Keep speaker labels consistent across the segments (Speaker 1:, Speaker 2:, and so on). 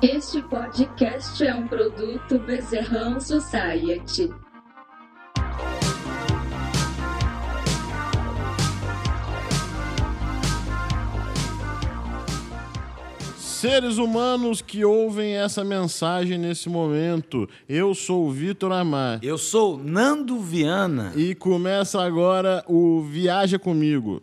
Speaker 1: Este podcast é um produto Bezerrão Society.
Speaker 2: Seres humanos que ouvem essa mensagem nesse momento, eu sou o Vitor Amar
Speaker 3: Eu sou Nando Viana.
Speaker 2: e começa agora o Viaja Comigo.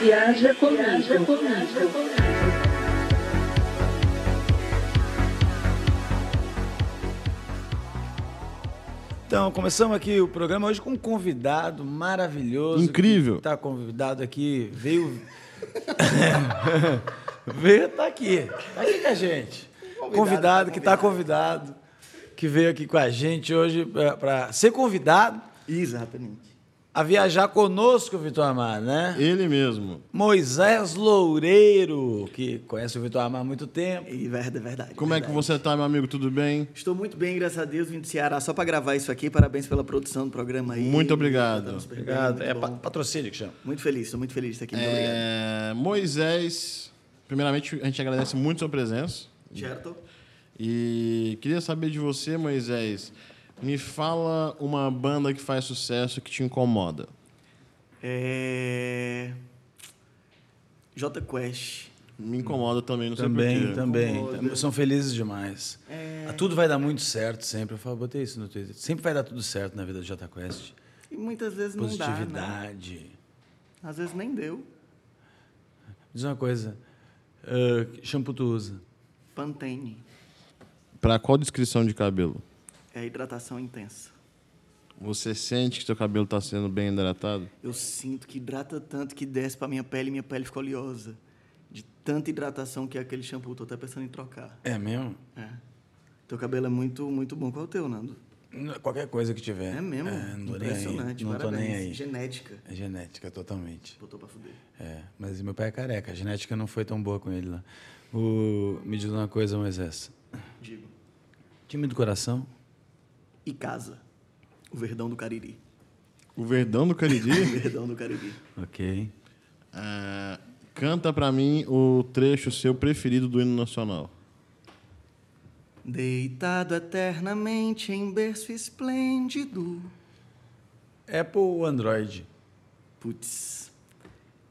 Speaker 1: Viaja comigo. Viaja comigo.
Speaker 3: Então, começamos aqui o programa hoje com um convidado maravilhoso.
Speaker 2: Incrível.
Speaker 3: Está convidado aqui, veio. veio, tá aqui. Tá aqui com a gente. Convidado, que está convidado, que veio aqui com a gente hoje para ser convidado
Speaker 4: Exatamente.
Speaker 3: a viajar conosco, Vitor Amar, né?
Speaker 2: Ele mesmo.
Speaker 3: Moisés Loureiro, que conhece o Vitor Amar há muito tempo.
Speaker 4: E verdade, verdade.
Speaker 2: Como é que
Speaker 4: verdade.
Speaker 2: você tá, meu amigo? Tudo bem?
Speaker 4: Estou muito bem, graças a Deus, vim do Ceará só para gravar isso aqui. Parabéns pela produção do programa aí.
Speaker 2: Muito obrigado.
Speaker 4: Tá super bem,
Speaker 3: Obrigado.
Speaker 4: muito
Speaker 3: É
Speaker 4: bom.
Speaker 3: pa- patrocínio que chama.
Speaker 4: Muito feliz, estou muito feliz de estar aqui. Muito obrigado.
Speaker 2: É, Moisés, primeiramente a gente agradece muito sua presença
Speaker 4: Certo?
Speaker 2: e queria saber de você, Moisés. Me fala uma banda que faz sucesso que te incomoda.
Speaker 4: É... J Quest.
Speaker 2: Me incomoda também, não sei
Speaker 3: Também,
Speaker 2: porquê.
Speaker 3: também. Tam- São felizes demais.
Speaker 4: É.
Speaker 3: Ah, Tudo vai dar muito certo sempre. Eu falo, botei isso no Twitter. Sempre vai dar tudo certo na vida do Jota Quest.
Speaker 4: E muitas vezes não dá, né?
Speaker 3: Positividade.
Speaker 4: Às vezes nem deu.
Speaker 3: Diz uma coisa. ah, que shampoo tu usa?
Speaker 4: Pantene.
Speaker 2: Pra qual descrição de cabelo?
Speaker 4: É hidratação intensa.
Speaker 2: Você sente que seu cabelo está sendo bem hidratado?
Speaker 4: Eu sinto que hidrata tanto que desce para minha pele e minha pele fica oleosa. De tanta hidratação que é aquele shampoo. Tô até pensando em trocar.
Speaker 3: É mesmo?
Speaker 4: É. Teu cabelo é muito, muito bom. Qual é o teu, Nando?
Speaker 3: Não, Qualquer coisa que tiver.
Speaker 4: É mesmo?
Speaker 3: não tô nem aí.
Speaker 4: Impressionante,
Speaker 3: Não tô
Speaker 4: parabéns.
Speaker 3: nem aí.
Speaker 4: Genética.
Speaker 3: É genética, totalmente.
Speaker 4: Botou pra fuder.
Speaker 3: É, mas meu pai é careca. A genética não foi tão boa com ele lá. O- Me diz uma coisa, Moisés.
Speaker 4: Digo.
Speaker 3: Time do coração?
Speaker 4: E casa. O verdão do Cariri.
Speaker 2: O Verdão do
Speaker 4: O
Speaker 2: Cariri
Speaker 4: verdão do Cariri.
Speaker 3: Ok.
Speaker 2: ah, canta pra mim o trecho seu preferido do hino nacional.
Speaker 4: Deitado eternamente em berço esplêndido.
Speaker 3: Apple ou Android?
Speaker 4: Putz.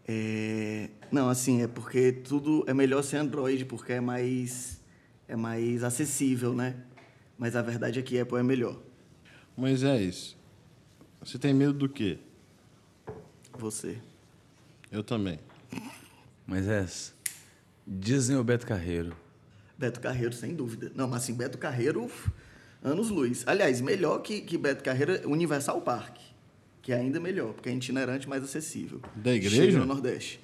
Speaker 4: É... Não, assim, é porque tudo é melhor ser Android, porque é mais, é mais acessível, né? Mas a verdade é que Apple é melhor.
Speaker 2: é Moisés, você tem medo do quê?
Speaker 4: Você.
Speaker 2: Eu também.
Speaker 3: Mas é. Dizem o Beto Carreiro.
Speaker 4: Beto Carreiro, sem dúvida. Não, mas assim, Beto Carreiro, uf, anos luz. Aliás, melhor que, que Beto Carreiro, Universal Park, que é ainda melhor, porque é itinerante mais acessível.
Speaker 2: Da igreja?
Speaker 4: Chega no Nordeste.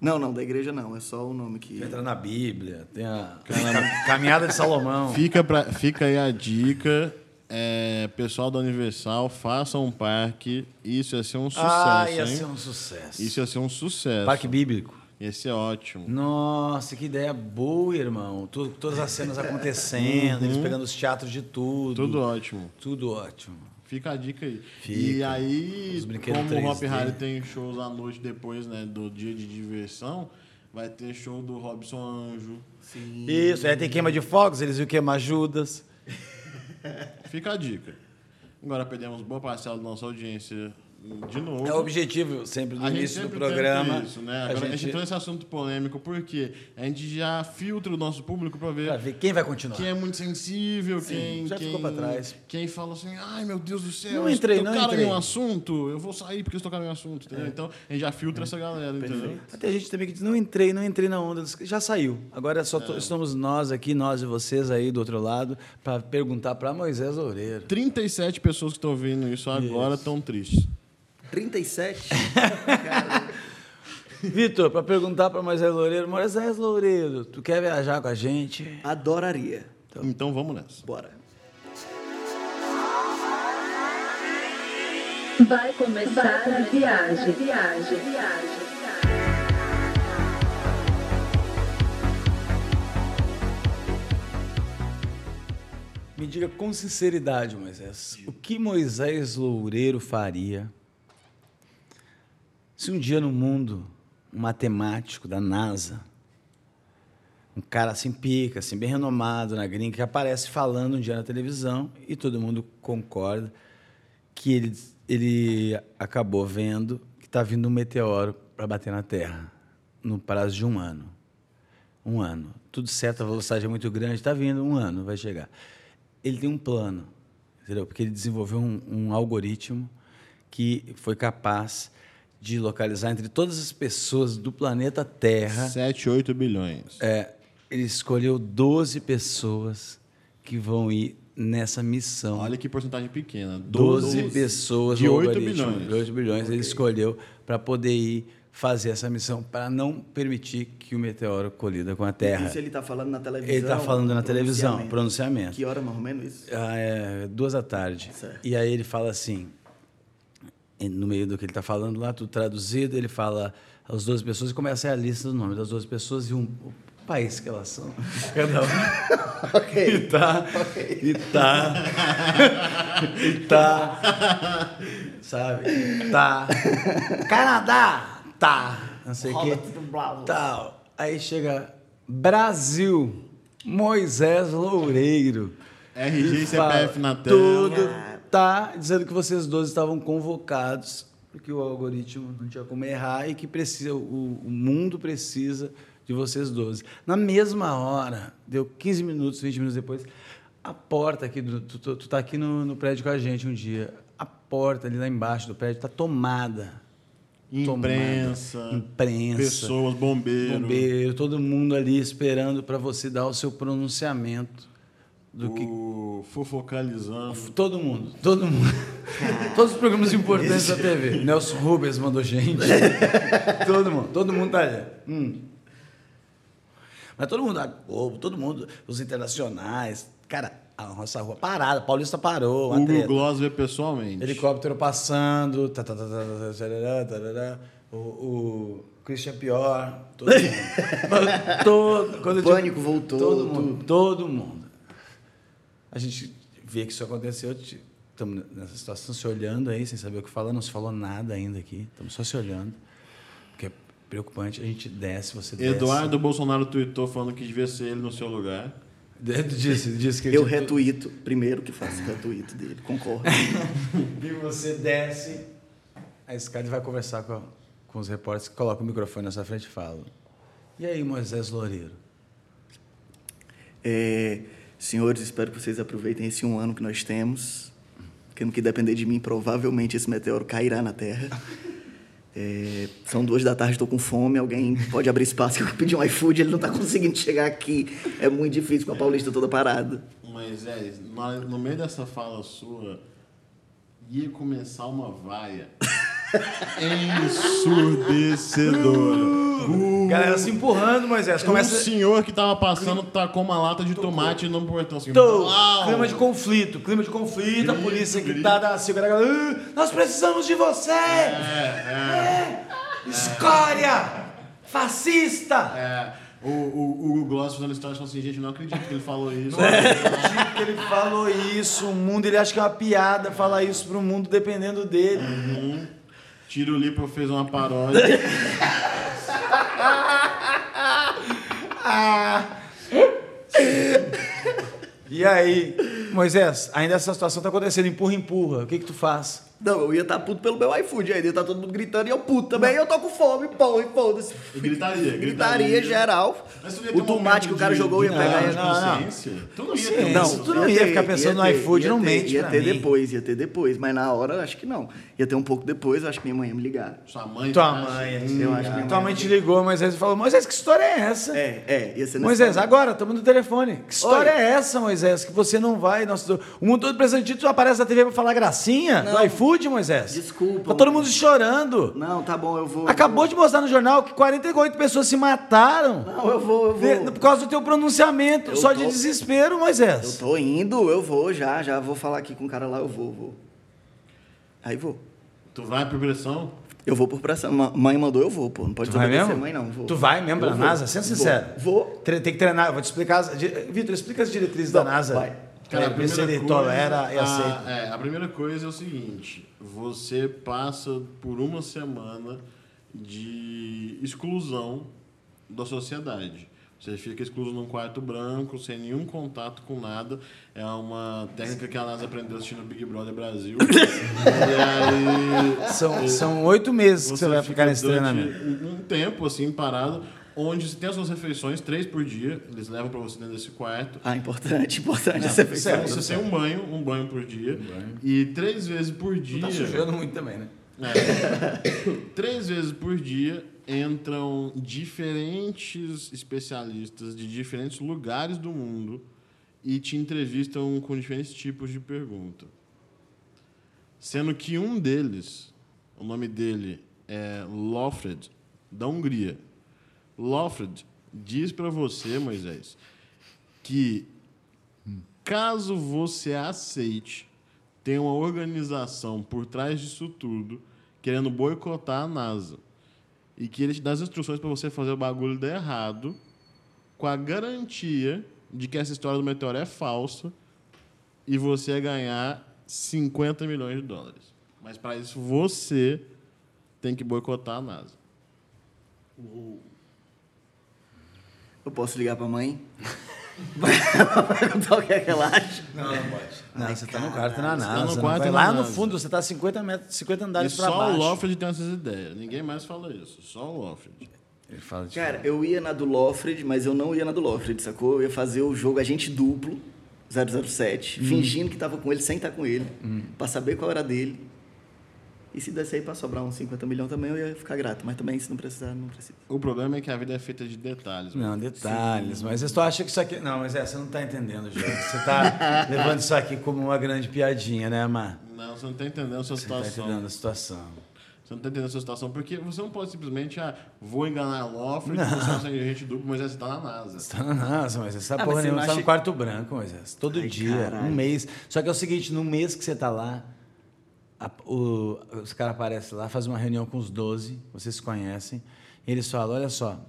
Speaker 4: Não, não, da igreja não, é só o nome que...
Speaker 3: Entra na Bíblia, tem a cam- caminhada de Salomão.
Speaker 2: Fica, pra, fica aí a dica. É, pessoal da Universal, façam um parque. Isso ia ser um sucesso,
Speaker 3: ah, ia
Speaker 2: hein?
Speaker 3: ser um sucesso.
Speaker 2: Isso ia ser um sucesso.
Speaker 3: Parque Bíblico.
Speaker 2: Ia ser ótimo.
Speaker 3: Nossa, que ideia boa, irmão. Tu- todas as cenas acontecendo, eles pegando os teatros de tudo.
Speaker 2: Uhum. Tudo ótimo.
Speaker 3: Tudo ótimo.
Speaker 2: Fica a dica aí.
Speaker 3: Fica.
Speaker 2: E aí,
Speaker 3: Os brinquedos
Speaker 2: como o Hop
Speaker 3: 3D.
Speaker 2: Harry tem shows à noite depois, né? Do dia de diversão, vai ter show do Robson Anjo.
Speaker 4: Sim.
Speaker 3: Isso, aí tem queima de fogos, eles iam queimar Judas.
Speaker 2: Fica a dica. Agora perdemos boa parcela da nossa audiência de novo.
Speaker 3: É o objetivo sempre do
Speaker 2: A gente
Speaker 3: início do
Speaker 2: sempre
Speaker 3: programa.
Speaker 2: tenta isso, né? Agora a gente, entrou nesse assunto polêmico porque a gente já filtra o nosso público pra ver
Speaker 3: pra ver quem vai continuar.
Speaker 2: quem é muito sensível, quem.
Speaker 3: Tá. já
Speaker 2: quem-
Speaker 3: ficou pra trás.
Speaker 2: Quem fala assim, ai meu Deus do céu,
Speaker 3: Não
Speaker 2: eles
Speaker 3: entrei, não
Speaker 2: tocaram
Speaker 3: entrei. É.
Speaker 2: em um assunto, eu vou sair porque eles tocaram em um assunto, entendeu? Então a gente já filtra essa galera, entendeu?
Speaker 3: Até gente também que diz, não entrei, não entrei na onda. dos- Já saiu. Agora só to- estamos nós aqui, nós e vocês aí do outro lado, pra perguntar pra Moisés Loureiro.
Speaker 2: 37 pessoas que estão ouvindo isso agora estão tristes.
Speaker 4: 37?
Speaker 3: Vitor, pra perguntar pra Moisés Loureiro, Moisés Loureiro, tu quer viajar com a gente?
Speaker 4: Adoraria.
Speaker 3: Tá.
Speaker 2: Então vamos nessa.
Speaker 4: Bora.
Speaker 1: Vai começar a viagem, viagem, viagem.
Speaker 3: Me diga com sinceridade, Moisés, o que Moisés Loureiro faria se um dia no mundo um matemático da NASA, um cara assim pica, assim bem renomado na gringa, que aparece falando um dia na televisão e todo mundo concorda que ele, ele acabou vendo que está vindo um meteoro para bater na Terra no prazo de um ano. Um ano. Tudo certo, a velocidade é muito grande, está vindo, um ano vai chegar. Ele tem um plano, entendeu? Porque ele desenvolveu um, um algoritmo que foi capaz de localizar entre todas as pessoas do planeta Terra.
Speaker 2: 7, 8 bilhões.
Speaker 3: É, ele escolheu 12 pessoas que vão ir nessa missão.
Speaker 2: Olha que porcentagem pequena.
Speaker 3: 12, pessoas
Speaker 2: de
Speaker 3: no
Speaker 2: 8
Speaker 3: algoritmo,
Speaker 2: bilhões.
Speaker 3: de 8 bilhões ele escolheu para poder ir fazer essa missão, para não permitir que o meteoro colida com a Terra.
Speaker 4: Isso ele tá falando na televisão?
Speaker 3: Ele está falando na
Speaker 4: pronunciamento.
Speaker 3: televisão, pronunciamento.
Speaker 4: Que hora mais ou menos isso?
Speaker 3: Ah, é, duas da tarde.
Speaker 4: Certo.
Speaker 3: E aí ele fala assim, e no meio do que ele está falando lá, tudo traduzido, ele fala as 12 pessoas e começa a lista do nome das 12 pessoas e um, o país que elas são. Cada um.
Speaker 4: Ok.
Speaker 3: E tá. E tá. E tá. Sabe? Tá. Canadá! Tá. Não sei o quê. Tal. Aí chega Brasil. Moisés Loureiro.
Speaker 2: RG e
Speaker 3: Fala,
Speaker 2: CPF na tela.
Speaker 3: Tudo tá dizendo que vocês dois estavam convocados, porque o algoritmo não tinha como errar e que precisa, o, o mundo precisa de vocês 12. Na mesma hora, deu 15 minutos, 20 minutos depois, a porta aqui, do, tu, tu, tu tá aqui no, no prédio com a gente um dia, a porta ali lá embaixo do prédio tá tomada.
Speaker 2: Imprensa,
Speaker 3: Tomada. imprensa,
Speaker 2: pessoas, bombeiro.
Speaker 3: bombeiro, todo mundo ali esperando para você dar o seu pronunciamento do que
Speaker 2: O fofocalizando.
Speaker 3: Todo mundo, todo mundo. Todos os programas importantes da TV. Nelson Rubens mandou gente. todo mundo, todo mundo tá ali. Hum. Mas todo mundo, a Globo, todo mundo, os internacionais. Cara, a nossa rua parada, Paulista parou, uma
Speaker 2: Hugo
Speaker 3: treta.
Speaker 2: Gloss vê pessoalmente.
Speaker 3: Helicóptero passando. Tá, tá, tá, tá, tá, tarará, tarará. O, o Christian Pior. Todo mundo. todo, quando eu digo-
Speaker 4: Pânico voltou,
Speaker 3: Todo mundo. Todo mundo. A gente vê que isso aconteceu. Estamos nessa situação se olhando aí, sem saber o que falar. Não se falou nada ainda aqui. Estamos só se olhando. Porque é preocupante. A gente desce, você desce.
Speaker 2: Eduardo Bolsonaro tweetou falando que devia ser ele no seu lugar.
Speaker 3: Disse, disse que
Speaker 4: Eu retuito primeiro que faço retuito dele, concordo.
Speaker 3: E você desce a escada e vai conversar com, com os repórteres que colocam o microfone na sua frente e falam. E aí, Moisés Loureiro?
Speaker 4: É, senhores, espero que vocês aproveitem esse um ano que nós temos. Porque no que depender de mim, provavelmente esse meteoro cairá na Terra. É, são duas da tarde, estou com fome. Alguém pode abrir espaço que eu pedi um iFood, ele não está conseguindo chegar aqui. É muito difícil com a Paulista toda parada.
Speaker 2: Moisés, é, na- no meio dessa fala sua, ia começar uma vaia ensurdecedora.
Speaker 3: Galera se empurrando, Moisés.
Speaker 2: Um
Speaker 3: Começa.
Speaker 2: senhor que tava passando tacou uma lata de tomate no portão assim.
Speaker 3: Tô,
Speaker 2: uau!
Speaker 3: clima de conflito, clima de conflito, a polícia
Speaker 2: grito.
Speaker 3: gritada, segura a galera. "Ah, Nós precisamos de você! É, Escória! Fascista!
Speaker 2: É, o, o, o Hugo Gloss fazendo história falou assim, gente, não acredito que ele falou isso.
Speaker 4: é.
Speaker 3: que ele falou isso, o mundo, ele acha que é uma piada falar isso pro mundo dependendo dele.
Speaker 2: Tiro Lipo fez uma paródia.
Speaker 3: E aí, Moisés, ainda essa situação tá acontecendo, empurra, empurra. O que que tu faz?
Speaker 4: Não, eu ia estar puto pelo meu iFood, aí ia estar todo mundo gritando e eu puto também. Eu tô com fome, pão e foda-se.
Speaker 2: E gritaria, gritaria.
Speaker 4: Gritaria geral.
Speaker 2: Mas tu não ia ter
Speaker 4: O
Speaker 2: um
Speaker 4: tomate que o
Speaker 2: momento
Speaker 4: cara
Speaker 2: de- Ah,
Speaker 4: jogou eu ia
Speaker 2: de
Speaker 4: pegar
Speaker 3: não,
Speaker 4: ele.
Speaker 2: de
Speaker 3: não, não.
Speaker 2: consciência? Tu não ia ter
Speaker 3: Não,
Speaker 2: isso.
Speaker 3: tu não ia ficar pensando no iFood,
Speaker 4: ia
Speaker 3: não
Speaker 4: ter,
Speaker 3: mente
Speaker 4: Ia
Speaker 3: pra
Speaker 4: ter
Speaker 3: mim.
Speaker 4: depois, ia ter depois. Mas na hora, acho que não. Ia ter um pouco depois, eu acho que minha mãe ia me ligar.
Speaker 2: Sua mãe...
Speaker 3: Tua
Speaker 2: tá
Speaker 3: mãe, Então-
Speaker 2: assim,
Speaker 4: Eu acho que minha
Speaker 3: Hum, Tua
Speaker 4: mãe
Speaker 3: mãe te ligou, Moisés, e falou, Moisés, que história é essa?
Speaker 4: É, é, ia ser nessa
Speaker 3: Moisés,
Speaker 4: hora.
Speaker 3: agora, estamos no telefone. Que história
Speaker 4: Oi.
Speaker 3: é essa, Moisés? Que você não vai. Nosso... O mundo todo precisando de ti, tu aparece na TV pra falar gracinha? Do iFood, Moisés?
Speaker 4: Desculpa,
Speaker 3: Tá todo mundo
Speaker 4: Moisés.
Speaker 3: chorando.
Speaker 4: Não, tá bom, eu vou.
Speaker 3: Acabou de mostrar no jornal que 48 pessoas se mataram.
Speaker 4: Não, eu vou, eu
Speaker 3: de-
Speaker 4: vou.
Speaker 3: Por causa do teu pronunciamento,
Speaker 4: Eu
Speaker 3: só
Speaker 4: tô-
Speaker 3: de desespero, Moisés.
Speaker 4: Eu tô indo, eu vou já, já vou falar aqui com o cara lá, eu vou, vou. Aí vou.
Speaker 2: Tu vai pra pressão?
Speaker 4: Eu vou por pressão. Ma- Mãe mandou, eu vou, pô. Não pode
Speaker 3: Tu vai mesmo?
Speaker 4: desobedecer mãe, não. Vou.
Speaker 3: Tu vai mesmo
Speaker 4: Eu
Speaker 3: pra
Speaker 4: vou.
Speaker 3: NASA? Sendo
Speaker 4: Vou.
Speaker 3: sincero.
Speaker 4: Vou.
Speaker 3: Tre- Tem que treinar, vou te explicar. as- di- Vitor, explica as diretrizes da
Speaker 4: Não,
Speaker 3: NASA.
Speaker 4: vai.
Speaker 2: É,
Speaker 3: Cara, ver se ele tolera e aceita.
Speaker 2: a, é, a primeira coisa é o seguinte: você passa por uma semana de exclusão da sociedade. Você fica excluso num quarto branco, sem nenhum contato com nada. É uma técnica que a NASA aprendeu assistindo Big Brother Brasil. e aí
Speaker 3: São, são oito meses que você vai
Speaker 2: fica
Speaker 3: ficar nesse
Speaker 2: durante
Speaker 3: treinamento.
Speaker 2: Um, um tempo, assim, parado, onde você tem as suas refeições, três por dia, eles levam para você dentro desse quarto.
Speaker 4: Ah, importante, importante essa
Speaker 2: Então,
Speaker 4: refeição.
Speaker 2: você tem um banho, um banho por dia. E três vezes por dia.
Speaker 3: Tá muito também, né?
Speaker 2: Três vezes por dia entram diferentes especialistas de diferentes lugares do mundo e te entrevistam com diferentes tipos de pergunta. Sendo que um deles, o nome dele é Lofred, da Hungria. Lofred diz para você, Moisés, que caso você aceite, tem uma organização por trás disso tudo querendo boicotar a NASA. E que ele te dá as instruções para você fazer o bagulho dar errado, com a garantia de que essa história do meteoro é falsa e você ia ganhar 50 milhões de dólares. Mas para isso você tem que boicotar a NASA.
Speaker 4: Eu posso ligar pra mãe? pra perguntar o que é que ela acha?
Speaker 3: Não, você tá no quarto
Speaker 2: tá
Speaker 3: na NASA.
Speaker 2: no
Speaker 3: não
Speaker 2: quarto
Speaker 3: vai
Speaker 2: na
Speaker 3: lá no
Speaker 2: NASA.
Speaker 3: fundo, você tá 50, metros, 50
Speaker 2: e
Speaker 3: andares Tá pra
Speaker 2: só
Speaker 3: baixo.
Speaker 2: o Lofred tem essas ideias. Ninguém mais fala isso. Só o Lofred.
Speaker 3: Ele fala de
Speaker 4: Cara, eu ia na do Lofred, mas eu não ia na do Lofred, sacou? Eu ia fazer o jogo agente duplo, 007,
Speaker 3: Hum.
Speaker 4: fingindo que tava com ele sem estar com ele, pra saber qual era dele. E se desse aí pra sobrar uns 50 milhões também, eu ia ficar grato. Mas também, se não precisar, não precisa.
Speaker 2: O problema é que a vida é feita de detalhes. mano.
Speaker 3: Não, detalhes, mas eu só acho que isso aqui. Não, mas é, você não tá entendendo, Júlio. Você tá levando isso aqui como uma grande piadinha, né, Mar?
Speaker 2: Não, você não está entendendo a sua
Speaker 3: Você não tá
Speaker 2: situação.
Speaker 3: entendendo a situação.
Speaker 2: Você não tá entendendo a sua situação, porque você não pode simplesmente, ah, vou enganar Lofred, você não sabe gente duplo, mas você tá na NASA.
Speaker 3: Você tá na NASA, mas essa
Speaker 4: Ah,
Speaker 3: porra
Speaker 4: mas você
Speaker 3: nenhuma.
Speaker 4: não
Speaker 3: Você tá
Speaker 4: acha-
Speaker 3: no quarto branco, Moisés. Todo
Speaker 4: Ai,
Speaker 3: dia,
Speaker 4: caralho.
Speaker 3: um mês. Só que é o seguinte: no mês que você tá lá, a- o- os caras aparecem lá, fazem uma reunião com os 12, vocês se conhecem, e eles falam: olha só,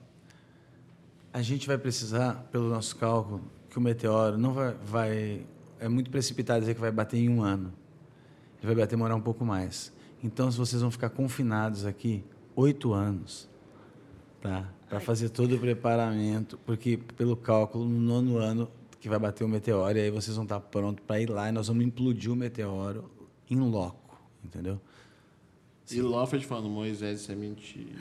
Speaker 3: a gente vai precisar, pelo nosso cálculo, que o meteoro não vai. vai é muito precipitado dizer que vai bater em um ano. Ele vai demorar um pouco mais. Então, se vocês vão ficar confinados aqui oito anos, tá? Para fazer todo o preparamento, porque pelo cálculo no nono ano que vai bater o meteoro, e aí vocês vão estar prontos para ir lá e nós vamos implodir o meteoro em loco, entendeu?
Speaker 2: E Lofred falando, Moisés, isso é mentira.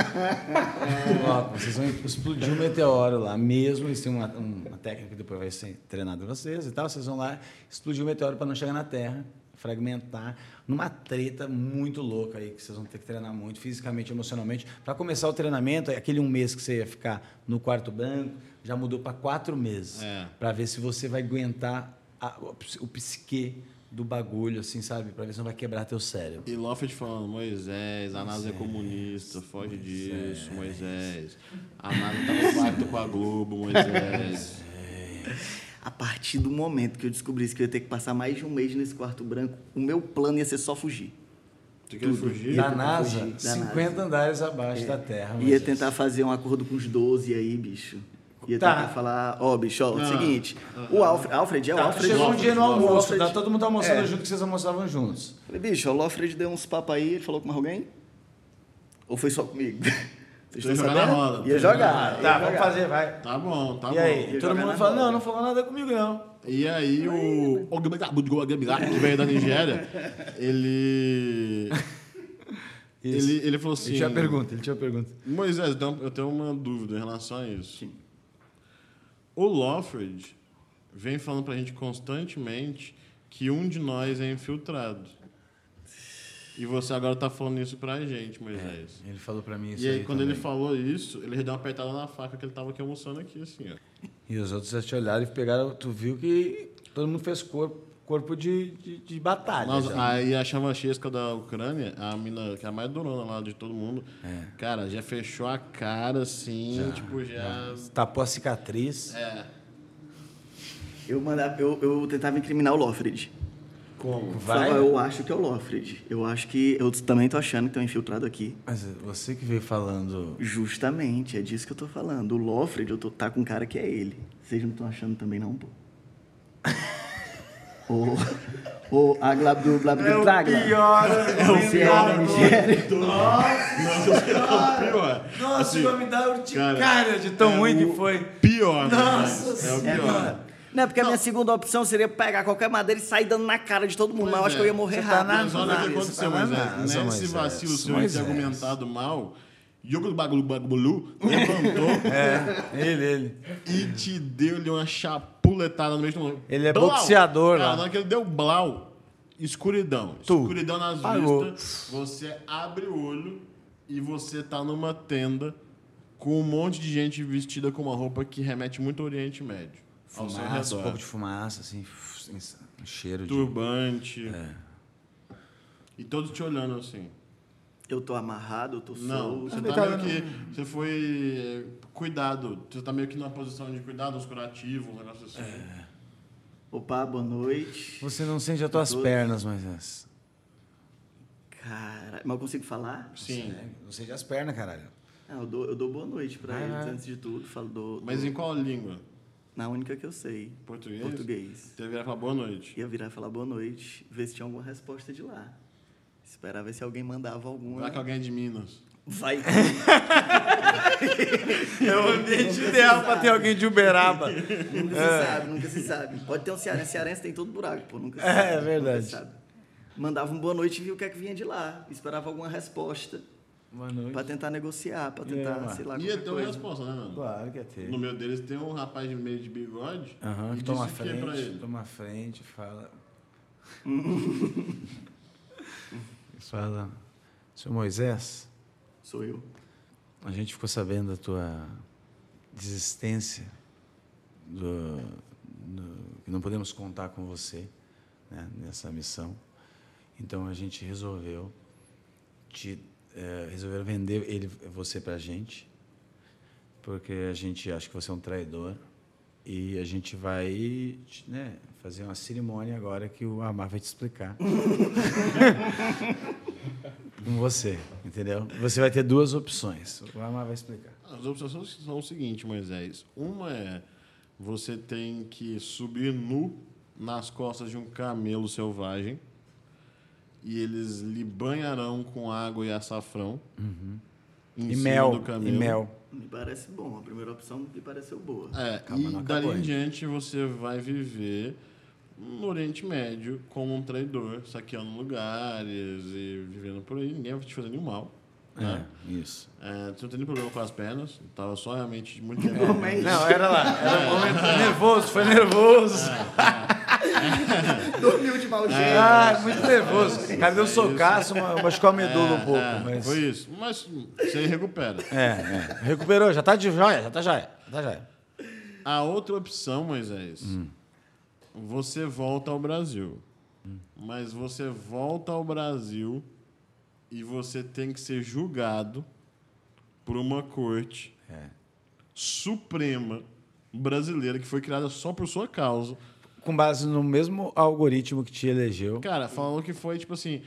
Speaker 3: Em loco, vocês vão explodir o meteoro lá, mesmo eles têm uma, uma técnica que depois vai ser treinada em vocês e tal, vocês vão lá explodir o meteoro para não chegar na Terra. fragmentar numa treta muito louca aí que vocês vão ter que treinar muito fisicamente, emocionalmente. Para começar o treinamento, aquele um mês que você ia ficar no quarto branco já mudou para quatro meses
Speaker 2: É.
Speaker 3: para ver se você vai aguentar a- o ps- o psique do bagulho, assim, sabe? Para ver se não vai quebrar teu cérebrio.
Speaker 2: E Loffert falando, Moisés, a NASA é comunista, foge disso, Moisés. A NASA tá no pacto com a Globo, Moisés.
Speaker 4: A partir do momento que eu descobrisse que eu ia ter que passar mais de um mês nesse quarto branco, o meu plano ia ser só fugir.
Speaker 2: Tu quer fugir?
Speaker 3: Da NASA,
Speaker 4: fugir, da É.
Speaker 3: 50 andares abaixo da Terra.
Speaker 4: Ia
Speaker 3: Moisés.
Speaker 4: tentar fazer um acordo com os 12 aí, bicho. Ia
Speaker 3: Tá. Ah.
Speaker 4: tentar falar, ó, bicho, ó, é o seguinte, o Alfred, Alfred é o
Speaker 3: Tá,
Speaker 4: Alfred.
Speaker 3: chegou um dia no
Speaker 4: Alfred-
Speaker 3: almoço, tá todo mundo almoçando
Speaker 4: É.
Speaker 3: junto que vocês almoçavam juntos.
Speaker 4: Falei, bicho, o Alfred deu uns papos aí, ele falou com mais alguém? Ou foi só comigo? Vocês
Speaker 2: Ia
Speaker 4: estão
Speaker 2: jogar na
Speaker 4: sabendo?
Speaker 2: roda.
Speaker 4: Ia jogar.
Speaker 3: Tá,
Speaker 4: ia
Speaker 3: vamos
Speaker 4: jogar.
Speaker 3: fazer, vai.
Speaker 2: Tá bom, tá
Speaker 3: E
Speaker 2: bom.
Speaker 3: aí?
Speaker 4: ia
Speaker 3: Todo
Speaker 4: jogar
Speaker 3: mundo
Speaker 4: na
Speaker 3: fala,
Speaker 4: roda.
Speaker 3: não, não falou nada comigo, não.
Speaker 2: E aí o Ogmagabudgo que veio da Nigéria, ele...
Speaker 3: Isso.
Speaker 2: ele... Ele falou assim...
Speaker 3: Ele tinha pergunta, ele tinha pergunta.
Speaker 2: Moisés, então, eu tenho uma dúvida em relação a isso. O Lawford vem falando pra gente constantemente que um de nós é infiltrado. E você agora tá falando isso pra gente, Moisés.
Speaker 3: Ele falou pra mim isso
Speaker 2: E É, aí, quando ele
Speaker 3: também.
Speaker 2: falou isso, ele deu uma apertada na faca que ele tava aqui almoçando aqui, assim, ó.
Speaker 3: E os outros já te olharam e pegaram, tu viu que todo mundo fez corpo, corpo de, de, de batalha.
Speaker 2: Nós,
Speaker 3: já.
Speaker 2: aí a Chamachesca da Ucrânia, a mina que é a mais durona lá de todo mundo, cara, já fechou a cara, assim, tipo, É. já...
Speaker 3: Tapou a cicatriz.
Speaker 2: É.
Speaker 4: Eu, mandava, eu, eu tentava incriminar o Lofred.
Speaker 2: Como?
Speaker 3: Vai.
Speaker 4: Falava, eu acho que é o Lofred. Eu acho que. Eu também tô achando que tem um infiltrado aqui.
Speaker 3: Mas você que veio falando.
Speaker 4: Justamente, é disso que eu tô falando. O Lofred, eu tô, tá com um cara que é ele. Vocês não estão achando também, não, pô? Ou. Ou a Glabdu Blabdu Tragla.
Speaker 3: é
Speaker 4: Se é da Nigéria.
Speaker 2: Pior.
Speaker 3: Nossa,
Speaker 2: Assim, é
Speaker 3: vai me dar urticária de tão ruim que foi.
Speaker 2: Pior. né?
Speaker 3: Nossa
Speaker 2: É o
Speaker 4: É,
Speaker 2: pior.
Speaker 4: mano. Não, porque a minha segunda opção seria pegar qualquer madeira e sair dando na cara de todo mundo, mas eu acho
Speaker 2: é.
Speaker 4: que eu ia morrer
Speaker 3: Você tá na-
Speaker 4: rápido. né?
Speaker 2: Mas olha o que
Speaker 3: Isso,
Speaker 2: aconteceu,
Speaker 3: tá na
Speaker 2: Moisés.
Speaker 3: NASA,
Speaker 2: Nesse
Speaker 3: Moisés.
Speaker 2: né? vacilo seu de ter
Speaker 3: Moisés.
Speaker 2: argumentado mal, Yogurt Bagulu Bagulu levantou
Speaker 3: É, ele, ele.
Speaker 2: e te deu-lhe uma chapuletada no mesmo
Speaker 3: Ele é
Speaker 2: Blau!
Speaker 3: boxeador
Speaker 2: Cara,
Speaker 3: lá.
Speaker 2: na hora que ele deu blau, escuridão.
Speaker 3: Tu.
Speaker 2: Escuridão nas
Speaker 3: Apagou.
Speaker 2: vistas. Você abre o olho e você tá numa tenda com um monte de gente vestida com uma roupa que remete muito ao Oriente Médio. Ao seu
Speaker 3: Fumaça, um
Speaker 2: redor.
Speaker 3: pouco de fumaça, assim. Um cheiro de.
Speaker 2: Turbante.
Speaker 3: É.
Speaker 2: E todos te olhando assim.
Speaker 4: Eu tô amarrado, eu tô
Speaker 2: Não,
Speaker 4: solto.
Speaker 2: você tá meio que. Você foi. eh, Cuidado. Você tá meio que numa posição de cuidados curativos, um negócio assim.
Speaker 3: É,
Speaker 4: Opa, boa noite.
Speaker 3: Você não sente as tuas
Speaker 4: Tudo.
Speaker 3: pernas, Moisés.
Speaker 4: Cara, mas eu consigo falar?
Speaker 2: Sim.
Speaker 3: Né? Não sente as pernas, caralho.
Speaker 4: Ah, eu dou, eu dou boa noite pra
Speaker 3: Vai,
Speaker 4: eles
Speaker 3: vai.
Speaker 4: antes de tudo. Falo do,
Speaker 2: Mas em qual língua?
Speaker 4: Na única que eu sei.
Speaker 2: Português?
Speaker 4: Português.
Speaker 2: Você virar e falar boa noite.
Speaker 4: Ia virar e falar boa noite, ver se tinha alguma resposta de lá. Esperar ver se alguém mandava alguma.
Speaker 2: Será que alguém é de Minas?
Speaker 4: Vai.
Speaker 3: É o ambiente ideal pra ter alguém de Uberaba.
Speaker 4: nunca
Speaker 3: É.
Speaker 4: se sabe, nunca se sabe. Pode ter um cearense. Cearense tem todo buraco, pô. Nunca se
Speaker 3: É,
Speaker 4: sabe. nunca
Speaker 3: verdade.
Speaker 4: se sabe. Mandava um boa noite e via o que é que vinha de lá. Esperava alguma resposta
Speaker 3: Boa noite.
Speaker 4: pra tentar negociar, pra
Speaker 3: É,
Speaker 4: tentar,
Speaker 3: mano.
Speaker 4: sei lá,
Speaker 2: Ia
Speaker 4: qualquer
Speaker 2: ter uma
Speaker 4: coisa.
Speaker 2: resposta, né, mano?
Speaker 3: Claro que ia ter.
Speaker 2: No meio deles tem um rapaz de meio de bigode.
Speaker 3: Aham,
Speaker 2: e
Speaker 3: toma a
Speaker 2: disse o quê pra
Speaker 3: frente,
Speaker 2: ele?
Speaker 3: toma a frente, fala. fala, seu Moisés,
Speaker 4: Sou eu.
Speaker 3: a gente ficou sabendo da tua desistência, do, do- que não podemos contar com você né, nessa missão. Então a gente resolveu te eh, resolveram vender ele você pra gente, porque a gente acha que você é um traidor e a gente vai te, né, fazer uma cerimônia agora que o Amar vai te explicar com você, entendeu? Você vai ter duas opções. O Amar vai explicar.
Speaker 2: As opções são o seguinte, Moisés. Uma é você tem que subir nu nas costas de um camelo selvagem e eles lhe banharão com água e açafrão em
Speaker 3: Uhum. E
Speaker 2: cima
Speaker 3: mel,
Speaker 2: do camelo.
Speaker 3: e mel.
Speaker 4: Me parece bom. A primeira opção me pareceu boa.
Speaker 2: É,
Speaker 3: Calma,
Speaker 2: e
Speaker 3: não
Speaker 2: dali
Speaker 3: acabou
Speaker 2: em
Speaker 3: ainda.
Speaker 2: diante você vai viver no Oriente Médio como um traidor, saqueando lugares e vivendo por aí. Ninguém vai te fazer nenhum mal. Né?
Speaker 3: É, isso.
Speaker 2: É, tu não tem nenhum problema com as pernas, tava só realmente muito tempo.
Speaker 4: Realmente.
Speaker 3: Não, era lá. Era um momento nervoso, foi nervoso.
Speaker 4: Dormiu de mau jeito.
Speaker 3: Ah,
Speaker 2: é.
Speaker 3: muito nervoso. O cara deu um socaço, ma- machucou a medula um pouco.
Speaker 2: É,
Speaker 3: mas...
Speaker 2: Foi isso. Mas você recupera.
Speaker 3: É, é. Recuperou, já tá de joia, já tá joia. Já tá joia.
Speaker 2: A outra opção, Moisés, você volta ao Brasil. Mas você volta ao Brasil e você tem que ser julgado por uma corte
Speaker 3: É.
Speaker 2: suprema brasileira que foi criada só por sua causa.
Speaker 3: Com base no mesmo algoritmo que te elegeu.
Speaker 2: Cara, falou que foi, tipo assim,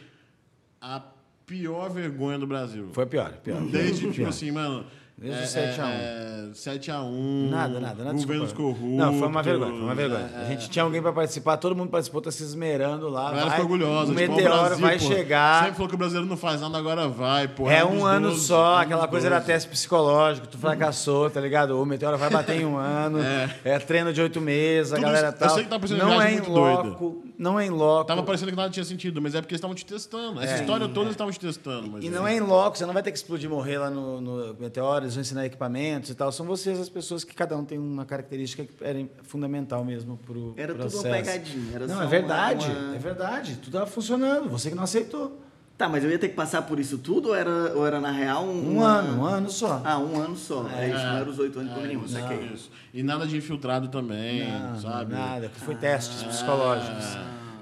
Speaker 2: a pior vergonha do Brasil.
Speaker 3: Foi pior, pior.
Speaker 2: Desde, tipo
Speaker 3: pior.
Speaker 2: assim, mano.
Speaker 3: Desde o
Speaker 2: é,
Speaker 3: 7 a 1.
Speaker 2: é, 7 a 1.
Speaker 3: Nada, nada, nada.
Speaker 2: Governos
Speaker 3: desculpa.
Speaker 2: corruptos.
Speaker 3: Não, foi uma vergonha, foi uma vergonha.
Speaker 2: né?
Speaker 3: A gente tinha alguém pra participar, todo mundo participou, tá se esmerando lá.
Speaker 2: A galera
Speaker 3: vai,
Speaker 2: ficou orgulhosa.
Speaker 3: O
Speaker 2: tipo, ó,
Speaker 3: meteoro
Speaker 2: Brasil,
Speaker 3: vai
Speaker 2: pô,
Speaker 3: chegar.
Speaker 2: Sempre falou que o brasileiro não faz nada, agora vai, pô.
Speaker 3: É
Speaker 2: dos
Speaker 3: um ano
Speaker 2: 12,
Speaker 3: só,
Speaker 2: é um
Speaker 3: aquela
Speaker 2: dos
Speaker 3: coisa era
Speaker 2: 12.
Speaker 3: teste psicológico, tu fracassou, tá ligado? O meteoro vai bater em um ano, é, treino de oito meses, a
Speaker 2: Tudo
Speaker 3: galera
Speaker 2: isso- eu
Speaker 3: tal.
Speaker 2: sei que tá parecendo
Speaker 3: não
Speaker 2: viagem
Speaker 3: é em
Speaker 2: muito doida.
Speaker 3: loco, não é em loco.
Speaker 2: Tava parecendo que nada tinha sentido, mas é porque eles estavam te testando. Essa história toda eles estavam te testando. Mas
Speaker 3: É. E não é em loco, você não vai ter que explodir e morrer lá no, no meteoro, eles vão ensinar equipamentos e tal. São vocês as pessoas que cada um tem uma característica que era fundamental mesmo pro
Speaker 4: Era tudo uma
Speaker 3: processo.
Speaker 4: pegadinha, era
Speaker 3: não,
Speaker 4: só um
Speaker 3: é verdade,
Speaker 4: uma-
Speaker 3: é verdade. Tudo tava funcionando, você que não aceitou.
Speaker 4: Tá, mas eu ia ter que passar por isso tudo ou era, ou era na real um.
Speaker 3: Um ano, um ano só.
Speaker 4: Ah, um ano só. É, isso, não era os oito anos por nenhum, saquei.
Speaker 2: Isso. E nada de infiltrado também,
Speaker 3: Não,
Speaker 2: sabe?
Speaker 3: Ah, Nada, que foi testes psicológicos.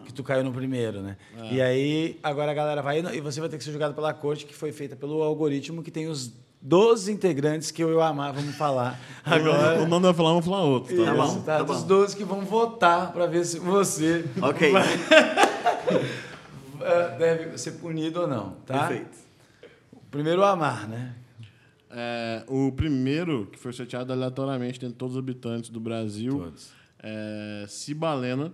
Speaker 3: Que tu caiu no primeiro, né? E aí, agora a galera vai indo, e você vai ter que ser julgado pela corte que foi feita pelo algoritmo que tem os 12 integrantes que eu e o Amar vamos falar agora.
Speaker 2: O nome vai falar, vamos falar outro. Tá
Speaker 4: Tá
Speaker 2: bom?
Speaker 4: bom.
Speaker 3: Isso, tá? Dos 12 que vão votar para ver se você
Speaker 4: Ok,
Speaker 3: eh, deve ser punido ou não, tá?
Speaker 4: perfeito.
Speaker 3: Primeiro o Amar, né?
Speaker 2: É, o primeiro, que foi sorteado aleatoriamente dentre todos os habitantes do Brasil,
Speaker 3: Todos.
Speaker 2: é Cibalena.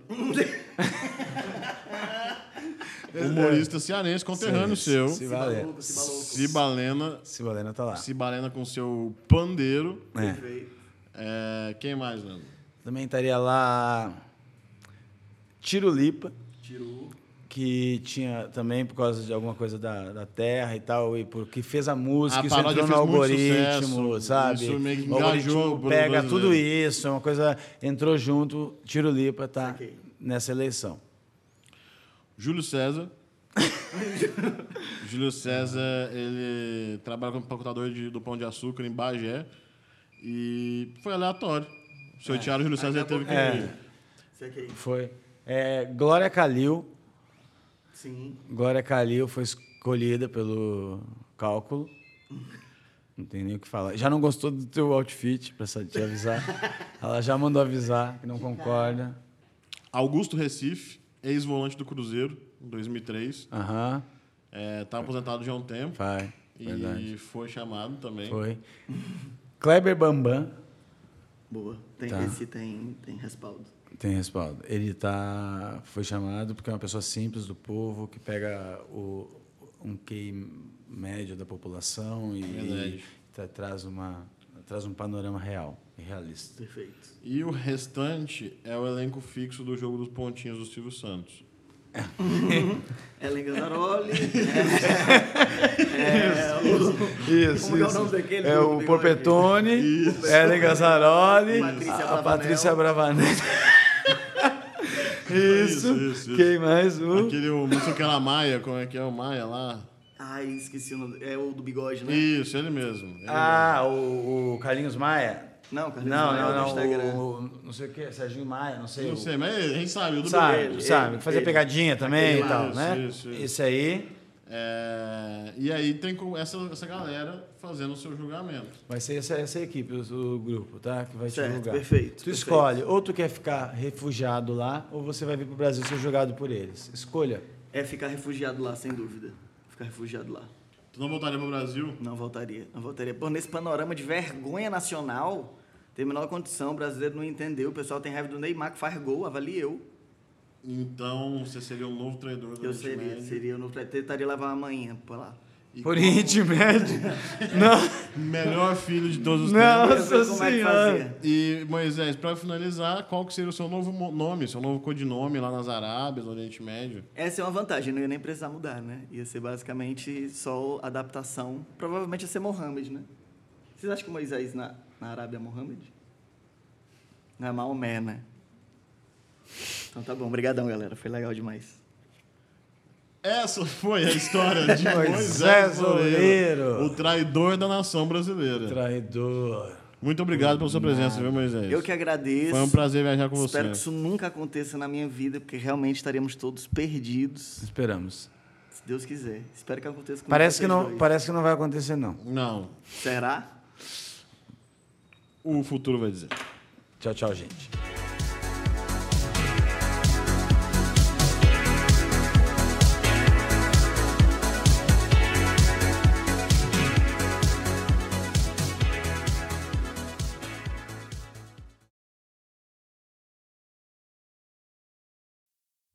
Speaker 2: humorista cearense, conterrâneo seu.
Speaker 3: Se valer.
Speaker 4: Maluco, esse maluco.
Speaker 2: Cibalena.
Speaker 3: Se valer, tá lá.
Speaker 2: Cibalena com seu pandeiro.
Speaker 3: É.
Speaker 4: Perfeito.
Speaker 2: É, quem mais, Leandro?
Speaker 3: Também estaria lá Tirulipa,
Speaker 4: Tirou.
Speaker 3: que tinha também por causa de alguma coisa da, da terra e tal, e porque fez a música,
Speaker 2: Ah, A
Speaker 3: isso
Speaker 2: paródia
Speaker 3: entrou no
Speaker 2: fez muito
Speaker 3: algoritmo,
Speaker 2: sucesso,
Speaker 3: sabe?
Speaker 2: isso meio que
Speaker 3: o
Speaker 2: engajou né?
Speaker 3: algoritmo
Speaker 2: o
Speaker 3: pega
Speaker 2: brasileiro.
Speaker 3: tudo isso, é uma coisa. Entrou junto, Tirulipa tá
Speaker 4: Saquei.
Speaker 3: nessa eleição.
Speaker 2: Júlio César. Júlio César, ele trabalha como empacotador de- do Pão de Açúcar em Bagé. E foi aleatório.
Speaker 3: É,
Speaker 2: Sortearam o Júlio César e teve que É. ir.
Speaker 4: Saquei.
Speaker 3: Foi. É, Glória Calil.
Speaker 4: Sim.
Speaker 3: Glória Calil foi escolhida pelo cálculo. Não tem nem o que falar. Já não gostou do teu outfit, pra só te avisar. Ela já mandou avisar que não concorda.
Speaker 2: Augusto Recife, ex-volante do Cruzeiro, em 2003.
Speaker 3: Aham,
Speaker 2: É, tá aposentado já há um tempo.
Speaker 3: vai.
Speaker 2: e
Speaker 3: Verdade.
Speaker 2: foi chamado também.
Speaker 3: Foi. Kleber Bambam
Speaker 4: Boa. Tem,
Speaker 3: Tá.
Speaker 4: Esse tem, tem respaldo.
Speaker 3: tem respaldo. Ele tá, foi chamado porque é uma pessoa simples do povo, que pega o, um QI médio da população e,
Speaker 2: É Verdade.
Speaker 3: tra- traz, uma, traz um panorama real e realista.
Speaker 4: Perfeito.
Speaker 2: E o restante é o elenco fixo do jogo dos pontinhos do Silvio Santos.
Speaker 4: Ellen Ganzaroli. é,
Speaker 3: Isso,
Speaker 4: Como que é o
Speaker 3: isso.
Speaker 4: nome daquele
Speaker 3: É
Speaker 4: do
Speaker 3: o
Speaker 4: bigode?
Speaker 3: Popetone, é Ellen Gazzaroli,
Speaker 4: Patrícia
Speaker 3: a- a
Speaker 4: Bravanel.
Speaker 3: Patrícia Bravanel. isso.
Speaker 2: Isso, isso, isso.
Speaker 3: Quem mais? O...
Speaker 2: Aquele, o, não sei o que era Maia, como é que é o Maia lá?
Speaker 4: Ai, esqueci o nome. É o do bigode, né?
Speaker 2: Isso, ele mesmo. Ele
Speaker 3: Ah, o, o Carlinhos Maia.
Speaker 4: Não, Carlinhos
Speaker 3: não,
Speaker 4: Maia é
Speaker 3: não,
Speaker 4: do
Speaker 3: não,
Speaker 4: Instagram.
Speaker 3: O, o- não sei o que, Serginho Maia, não sei.
Speaker 2: mesmo.
Speaker 3: o-
Speaker 2: Não sei, mas ele- a gente sabe, o do
Speaker 3: Sabe,
Speaker 2: Miguel.
Speaker 4: ele,
Speaker 3: sabe,
Speaker 4: ele,
Speaker 3: fazer
Speaker 4: ele.
Speaker 3: pegadinha também e
Speaker 4: Aquele
Speaker 3: tal,
Speaker 2: lá.
Speaker 3: né?
Speaker 2: Isso, isso.
Speaker 3: Esse aí
Speaker 2: É, e aí tem com- essa, essa galera fazendo o seu julgamento.
Speaker 3: vai ser essa, essa equipe, o, o grupo, tá? Que vai
Speaker 4: Certo,
Speaker 3: te julgar.
Speaker 4: perfeito,
Speaker 3: Tu
Speaker 4: perfeito.
Speaker 3: escolhe, ou tu quer ficar refugiado lá, ou você vai vir pro Brasil ser julgado por eles. Escolha.
Speaker 4: É ficar refugiado lá, sem dúvida. Ficar refugiado lá.
Speaker 2: Tu não voltaria pro Brasil?
Speaker 4: Não voltaria, não voltaria. Pô, nesse panorama de vergonha nacional, tem a menor condição, o brasileiro não entendeu. O pessoal tem raiva do Neymar que faz gol, avalie eu.
Speaker 2: Então você seria o novo traidor do
Speaker 4: Eu
Speaker 2: Oriente
Speaker 4: seria,
Speaker 2: Médio.
Speaker 4: seria, eu não tentaria levar amanhã pra lá.
Speaker 2: E
Speaker 3: Por
Speaker 2: qual
Speaker 3: Oriente Médio? Não,
Speaker 2: Melhor filho de todos os tempos.
Speaker 4: Eu sei
Speaker 3: nossa
Speaker 4: como é que
Speaker 3: senhora.
Speaker 4: fazia.
Speaker 2: E, Moisés, pra finalizar, qual que seria o seu novo mo- nome, seu novo codinome lá nas Arábias, no Oriente Médio?
Speaker 4: Essa é uma vantagem, não ia nem precisar mudar, né? Ia ser basicamente só adaptação. Provavelmente ia ser Mohammed, né? Vocês acham que o Moisés na, na Arábia é Mohammed? Não é Maomé, né? Então tá bom, obrigadão, galera. Foi legal demais.
Speaker 2: Essa foi a história de
Speaker 3: Moisés
Speaker 2: Moisés
Speaker 3: Oleiro.
Speaker 2: Oleiro, o traidor da nação brasileira.
Speaker 3: Traidor.
Speaker 2: Muito obrigado pela sua presença, viu, Moisés?
Speaker 4: Eu que agradeço.
Speaker 2: Foi um prazer viajar com
Speaker 4: Espero
Speaker 2: você.
Speaker 4: que isso nunca aconteça na minha vida, porque realmente estaremos todos perdidos,
Speaker 3: Esperamos.
Speaker 4: se Deus quiser. Espero que aconteça com
Speaker 3: Parece que,
Speaker 4: vocês
Speaker 3: não,
Speaker 4: dois.
Speaker 3: parece que não vai acontecer, não.
Speaker 2: Não,
Speaker 4: Será?
Speaker 2: o futuro vai dizer.
Speaker 3: Tchau, tchau, gente.